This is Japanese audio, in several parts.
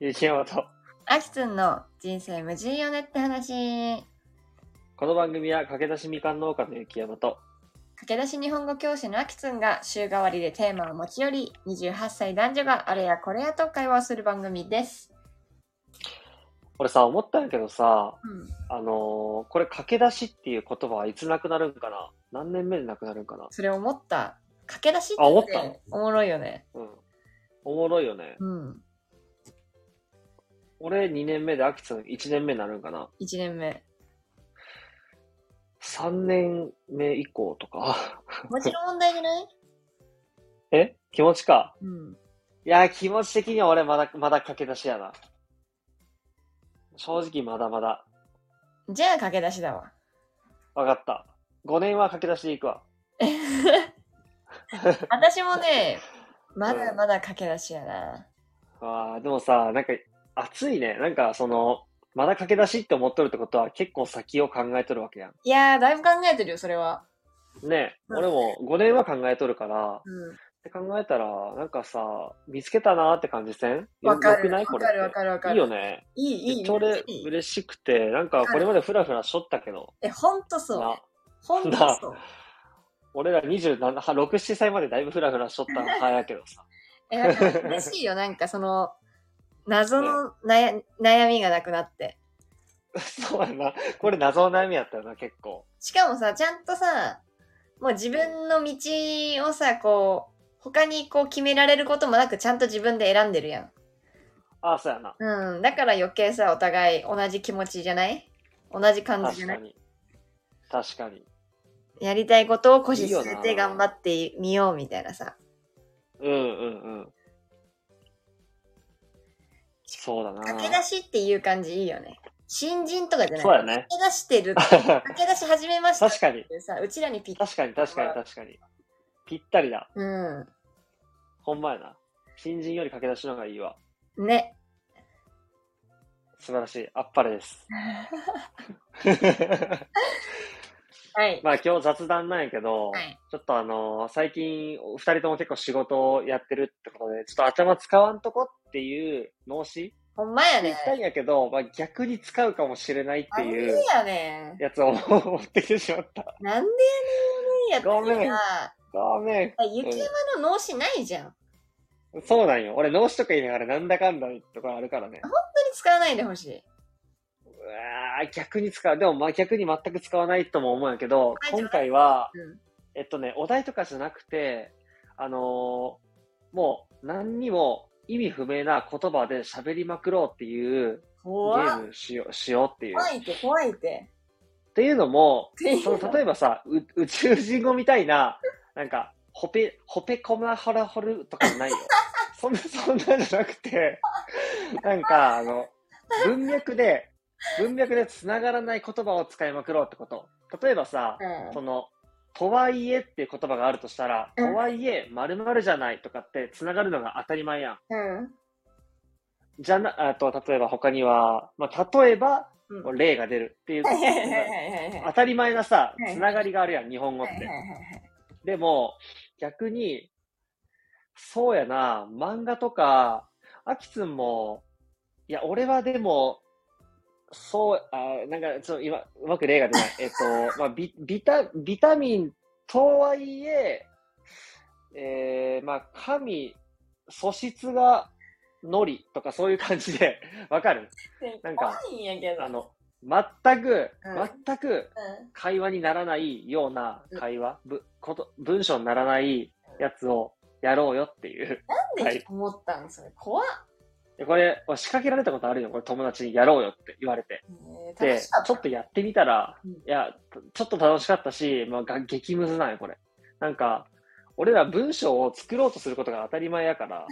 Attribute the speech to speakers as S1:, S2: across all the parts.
S1: ゆきもと。
S2: あきつんの人生無人よねって話。
S1: この番組は駆け出しみかん農家の雪山と、
S2: 駆け出し日本語教師のあきつんが週替わりでテーマを持ち寄り、28歳男女があれやこれやと会話をする番組です。
S1: 俺さ、思ったんやけどさ、
S2: うん、
S1: あのーこれ駆け出しっていう言葉はいつなくなるんかな何年目でなくなるんかな
S2: それ思った。駆け出しって
S1: あ思った
S2: おもろいよね。
S1: うん。おもろいよね。
S2: うん。
S1: 俺2年目で、あきつん1年目になるんかな
S2: 1年目。
S1: ?3 年目以降とか。
S2: もちろん問題じゃない
S1: え気持ちか。
S2: うん。
S1: いやー、気持ち的には俺まだ、まだ駆け出しやな。正直まだまだ。
S2: じゃあ駆け出しだ わ。
S1: わかった。5年は駆け出しでいくわ。
S2: 私もね、まだまだ駆け出しやな。
S1: ああ、でもさ、なんか、暑いね。なんか、その、まだ駆け出しって思っとるってことは、結構先を考えとるわけや
S2: いやー、だいぶ考えてるよ、それは。
S1: ん。ねえ、
S2: うん
S1: 俺も5年は考えとるから、っ
S2: うん。
S1: て考えたら、なんかさ、見つけたなーって感じせん
S2: わか
S1: よく
S2: る。
S1: な
S2: わ
S1: いこれ
S2: かるわ
S1: っ
S2: かるわ
S1: て。
S2: か
S1: いい
S2: る。
S1: よね。
S2: いい、いい。
S1: めっちゃ俺
S2: いい、
S1: 嬉しくて、なんか、
S2: か
S1: こ
S2: る
S1: れまでフラフラしとったけど、
S2: え、ほんとそう
S1: な。、
S2: ほんとそう。
S1: 俺ら27、6、7歳までだいぶフラフラしとったの早いけどさ。
S2: え、なんか嬉しいよ。なんかその、謎の悩悩みがなくなって。
S1: そうやな。これ謎の悩みやったよな、結構。
S2: しかもさ、ちゃんとさ、もう自分の道をさ、こう、他にこう決められることもなく、ちゃんと自分で選んでるやん。
S1: ああ、そうやな。
S2: うん。だから余計さ、お互い同じ気持ちじゃない同じ感じじ
S1: 確
S2: ゃ
S1: か
S2: ない
S1: に。確かに。
S2: やりたいことを固
S1: い
S2: 執
S1: いよな
S2: して頑張ってみようみたいなさ。
S1: うんうんうん。そうだな。
S2: 駆け出しっていう感じいいよね。新人とかじゃない。
S1: そうやね。
S2: 駆け出し てる。
S1: 確
S2: 駆け出し始めましたっ
S1: かに。
S2: ていうさ、うちらにぴったり。
S1: 確かに確かに確かに。ぴったりだ。
S2: うん。
S1: ほんまやな。新人より駆け出しの方がいいわ。
S2: ね。
S1: 素晴らしい。あっぱれ です。
S2: はい。
S1: まあ今日雑談なんやけど、
S2: はい
S1: ちょっとあのー最近お二人とも結構仕事をやってるってことで、ちょっと頭使わんとこっていう脳死
S2: ほんまや
S1: 言
S2: ね
S1: っ。たんやけど、まあ逆に使うかもしれないって
S2: なんで
S1: いう
S2: やねん。
S1: やつを 持ってきてしまった。
S2: なんでやねんやったら
S1: ごめん
S2: さ
S1: ごめん。
S2: 雪山の脳死ないじゃん。本
S1: そうなんよ。俺、脳死とか言いながら、なんだかんだとかあるからね。
S2: 当に使わないでほしい。
S1: うわー逆に使う。でも、まあ、逆に全く使わないとも思うんやけど、今回は、
S2: うん
S1: えっとね、お題とかじゃなくて、あのーもう、何にも意味不明な言葉で喋りまくろうっていうゲ
S2: 怖っ
S1: ームしよう、しようっていう。
S2: 怖いって怖いって。
S1: っていうのも、
S2: っていう
S1: その例えばさ、う宇宙人語みたいな、なんか、ほぺ、ほぺこまほらほるとかも ないよ。そんな、そんなんじゃなくて、なんか、あの、文脈で、文脈で繋がらない言葉を使いまくろうってこと。例えばさ、
S2: う
S1: その、とはいえっていう言葉があるとしたら、
S2: う
S1: と
S2: ん
S1: はいえ、まるじゃないとかって繋がるのが当たり前やん。
S2: ん。 うん。
S1: じゃな、あと、例えば他には、まあ、例えば、
S2: うん
S1: こう例が出るっていう。
S2: はいはいはいはいはい。
S1: 当たり前なさ
S2: は、い
S1: つながりがあるやん、日本語っ
S2: はいは
S1: て。
S2: いはいはい
S1: でも、逆に、そうやな、漫画とか、あきつんも、いや、俺はでも、そう、あなんか、ちょっと今、うまく例が出 ない。えっと、まあ、ビビタ、ビタミンとはいえ、えー、まあ、神、素質が、のりとかそういう感じで、わかるなんか
S2: 怖いんやけど。
S1: あの、全く
S2: うん、
S1: 全く、
S2: うん
S1: 会話にならないような会話、ぶこと文章にならないやつをやろうよって いう。
S2: なん
S1: は
S2: で
S1: い
S2: 思ったんそれ怖っ。
S1: でこれ、俺仕掛けられたことあるよ。これ友達にやろうよって言われて。
S2: えー
S1: で
S2: 楽しか、っ
S1: ちょ
S2: た
S1: っとやってみたら、
S2: うん
S1: いや、ちょっと楽しかったし、まあが、激ムズなんよ、これ。なんか、俺ら文章を作ろうとすることが当たり前や から、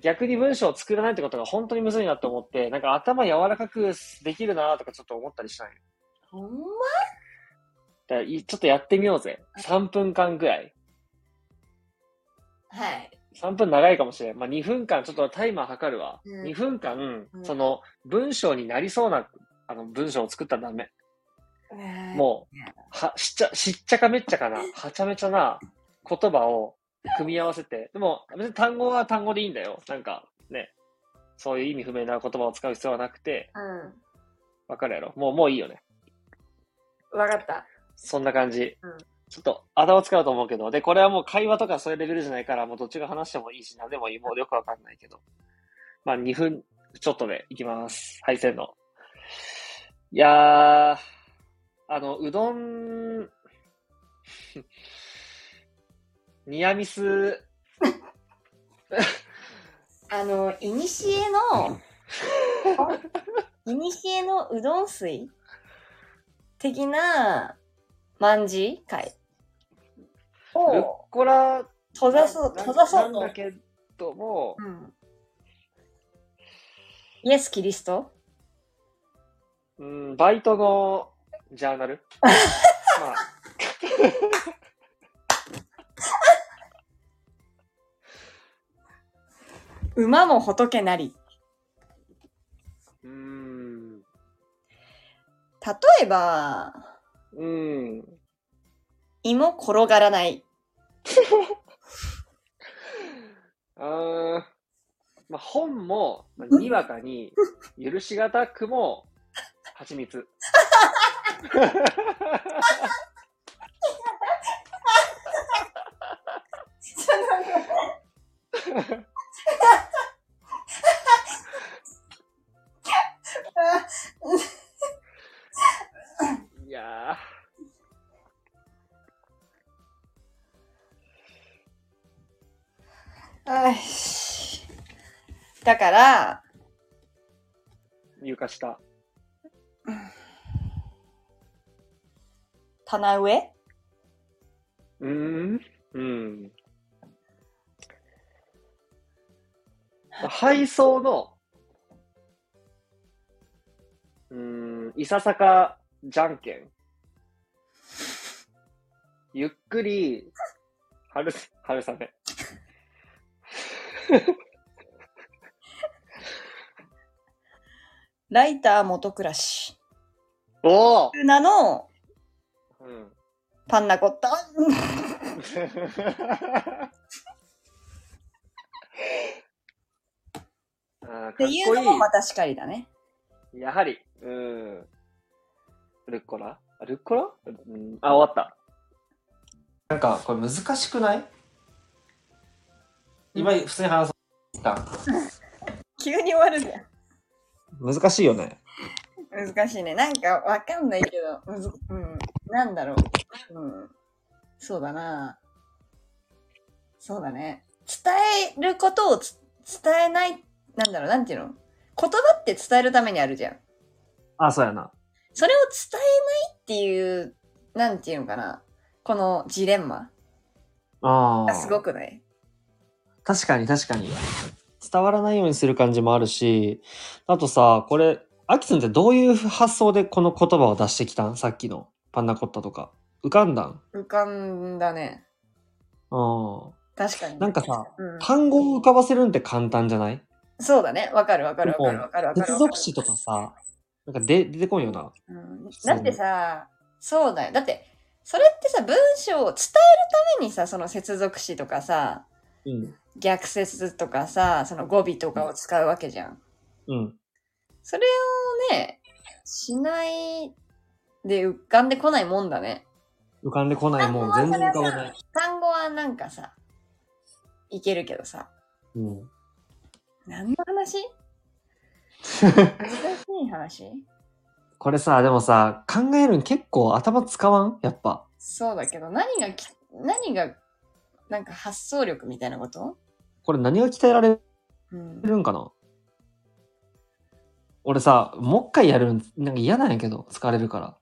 S1: 逆に文章を作らないってことが本当にむずいなと思って、なんか頭柔らかくできるなとかちょっと思ったりしたんよ。
S2: ほんま
S1: だからいちょっとやってみようぜ。3分間ぐらい。
S2: はい。
S1: 3分長いかもしれん。まあ、2分間、ちょっとタイマー測るわ。
S2: うん
S1: 2分間、
S2: うん
S1: その、文章になりそうな、あの、文章を作ったらダメ。
S2: う
S1: も、
S2: いう
S1: は、しっちゃ、しっちゃかめっちゃかな、はちゃめちゃな言葉を組み合わせて、でも、別に単語は単語でいいんだよ。なんか、ね、そういう意味不明な言葉を使う必要はなくて、
S2: う
S1: わかるやろもう、もういいよね。
S2: ん。わかった。
S1: そんな感じ。
S2: うん
S1: ちょっと、頭使うと思うけど、で、これはもう会話とかそういうレベルじゃないから、もうどっちが話してもいいし、何でもいい、もうよくわかんないけど。まあ、2分ちょっとでいきます。はい、せーの。いやー、あの、うどん、 ニアミス、
S2: あの、いにしえ の、いにしえのうどん水的な卍会
S1: ルッ
S2: を
S1: コラ、
S2: 閉ざそう、閉ざそう
S1: なんだ
S2: と。
S1: けども、
S2: うんイエス・キリスト
S1: うん、バイトのジャーナ ル。まあ、
S2: 馬も仏なり。
S1: うーん、
S2: 例えば、
S1: うん、
S2: 胃も転がらない。
S1: あーまあ、本も、まあ、にわかに、許しがたくも、蜂蜜。いや
S2: あしだから、
S1: ー、床下。
S2: 棚植え
S1: うーん、うん。まあ配送の、うーん、いささかじゃんけん。ゆっくり、春、春雨。
S2: ライター元暮らし。
S1: おお
S2: ナの
S1: うん。
S2: パンナコッタ。
S1: あーかっ
S2: って
S1: こ
S2: いうのもまたしかりだね。
S1: いい。やはり、うん。ルッコラあルッコラ、うん、あ、終わった。なんか、これ難しくない今、普通に話そう。
S2: 急に終わるじゃ
S1: 難しいよね。
S2: ん。難しいね。なんかわかんないけど、むず、うん。なんだろう。うん。そうだな。そうだね。伝えることをつ伝えない、なんだろう、なんていうの言葉って伝えるためにあるじゃん。
S1: あ、そうやな。
S2: それを伝えないっていう、なんていうのかな。このジレンマ
S1: あ
S2: がすごくない
S1: 確かに確かに。伝わらないようにする感じもあるし、あとさ、これ、アキツンってどういう発想でこの言葉を出してきたんさっきのパンナコッタとか。浮かんだん
S2: 浮かんだね。
S1: う
S2: 確かに。
S1: ん。なんかさ、
S2: うん、
S1: 単語を浮かばせるんって簡単じゃない
S2: そうだね。わかるわかるわかるわかるわかる。
S1: 接続詞とかさ、なんかで出てこんよな。
S2: うん
S1: 通
S2: だ
S1: に
S2: ってさ、そうだよ。だって、それってさ、文章を伝えるためにさ、その接続詞とかさ、
S1: うん。
S2: 逆接とかさ、その語尾とかを使うわけじゃん。
S1: うん。
S2: それをね、しないで浮かんでこないもんだね。
S1: 浮かんでこない、もう全然浮かばない。
S2: 単語はなんかさ、いけるけどさ、
S1: うん。
S2: 何の話難しい話
S1: これさ、でもさ、考えるに結構頭使わんやっぱ。
S2: そうだけど、何がき、何が、なんか発想力みたいなこと
S1: これ何が鍛えられ
S2: うん
S1: るんかな俺さ、もう一回やるん、なんか嫌なんやけど、疲れるから。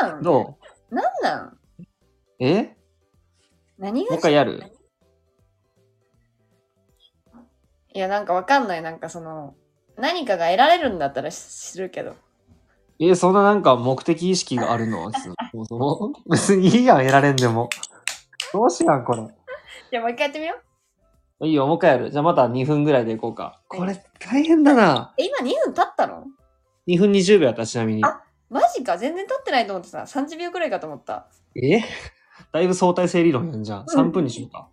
S2: なんなん
S1: ど
S2: なん
S1: うえ
S2: 何が
S1: もう一回やる
S2: いや、なんかわかんない。なんかその、何かが得られるんだったらしするけど。
S1: え、そんななんか目的意識がある のそもそも別にいいやん、得られんでも。どうしやん、これ。
S2: じゃあもう一回やってみよう。
S1: いいよ、もう一回やる。じゃあまた2分ぐらいでいこうか。これ大変だな。
S2: え、今2分経ったの
S1: 2分20秒やった、ちなみに。
S2: あマジか全然経ってないと思ってた。30秒くらいかと思った。
S1: えだいぶ相対性理論やんじゃん。3分にしようか。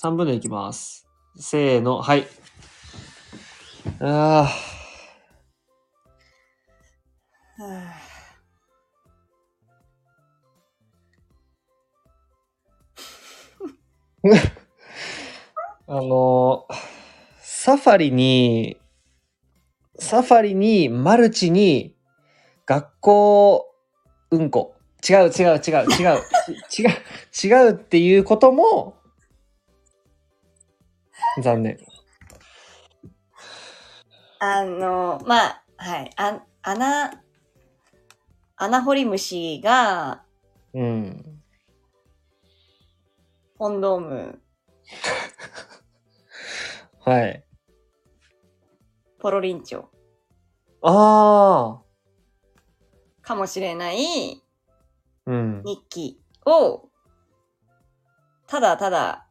S1: 3分でいきます。せーの、はい。あ
S2: は
S1: あ、あのー、サファリに、サファリに、マルチに、学校、うんこ。違う違う違う違う。ち違う、違うっていうことも、残念。
S2: ああの、まあ、はい。あ穴、穴掘り虫が
S1: うん。
S2: コンドーム、
S1: はい。
S2: ポロリンチョ
S1: ああ。
S2: かもしれない
S1: うん。
S2: 日記を、ただただ、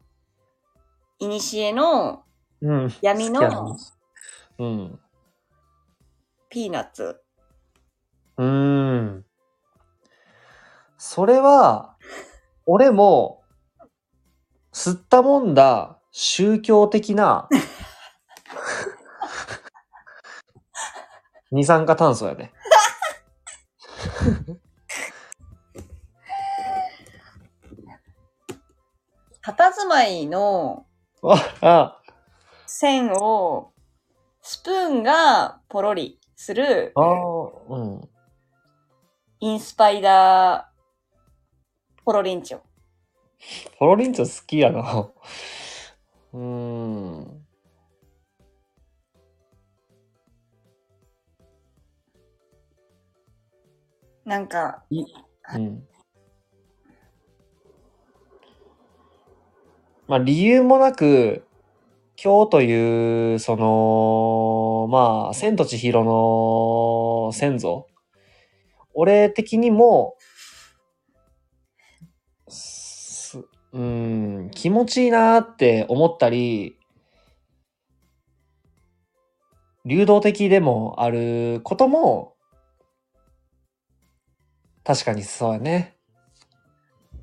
S2: いにしえの
S1: うん。
S2: 闇
S1: 好きやな
S2: の
S1: うん。
S2: ピーナッツ。
S1: うーん。それは、俺も、吸ったもんだ宗教的な、 二酸化炭素やね。
S2: 佇まいの
S1: あ、あ、
S2: 線を、スプーンがポロリする
S1: あーうん。
S2: インスパイダーポロリンチョ。
S1: ポロリンチョ好きやな。うーん。
S2: なんか、
S1: うん。まあ理由もなく、今日という、その、まあ、千と千尋の先祖、俺的にも、すうん、気持ちいいなって思ったり、流動的でもあることも、確かにそうやね。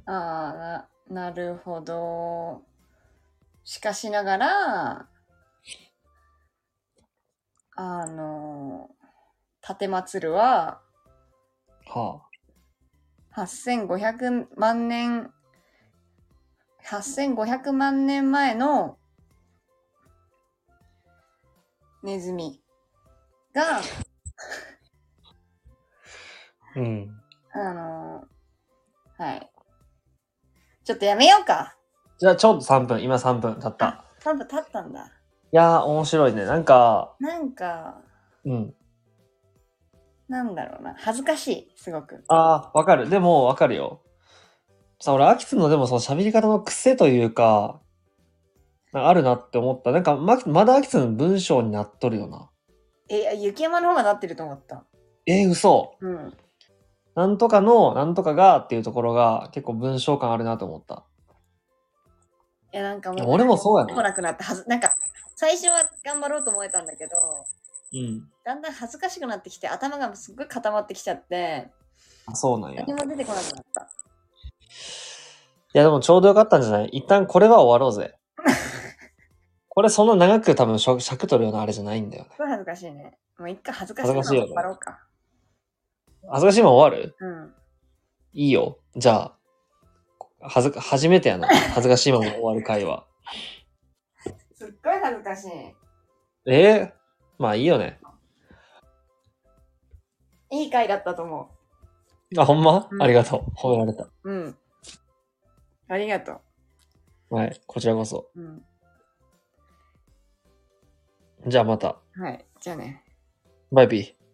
S2: ああ、ななるほど。しかしながら、あの、立松るは
S1: は
S2: 8500万年、8500万年前のネズミが、
S1: あ。うん。
S2: あの、はい。ちょっとやめようか。
S1: じゃあちょうど3分、今3分経った。
S2: あ、多分立ったんだ。
S1: いやー、面白いね。なんか、
S2: なんか、
S1: うん。
S2: なんだろうな。恥ずかしい、すごく。
S1: あー、わかる。でも、わかるよ。さ、俺、アキツのでもその喋り方の癖というか、なんかあるなって思った。なんか、ま、まだアキツの文章になっとるよな。
S2: え、雪山の方がなってると思った。
S1: えー、嘘。
S2: うん。
S1: なんとかの、なんとかがっていうところが、結構文章感あるなと思った。
S2: いや、なんかもう、
S1: 俺もそうや
S2: 来
S1: な。
S2: なくなったはず。なんか、最初は頑張ろうと思えたんだけど、
S1: うん。
S2: だんだん恥ずかしくなってきて、頭がすっごい固まってきちゃって、
S1: あそうなんや。い
S2: 何も出てこなくなった。
S1: や、でもちょうどよかったんじゃない一旦これは終わろう ぜ。これそんな長く多分しょ尺取るようなあれじゃないんだよね。
S2: すごい恥ずかしいね。もう一回恥ずかしいから
S1: 恥ずかしいよ
S2: 頑
S1: ね
S2: 張ろうか。
S1: 恥ずかしいもん終わる
S2: うん。
S1: いいよ。じゃあ、はずか、初めてやな。恥ずかしいまま終わる会話。
S2: すっごい恥ずかしい。
S1: え えまあいいよね。
S2: いい回だったと思
S1: あ、ほんま、
S2: うん
S1: ありがとう。褒められた。
S2: う。うん。ありがと
S1: はい、こちらこそ。
S2: う。うん。
S1: じゃあまた。
S2: はい。じゃあね。
S1: バイビー。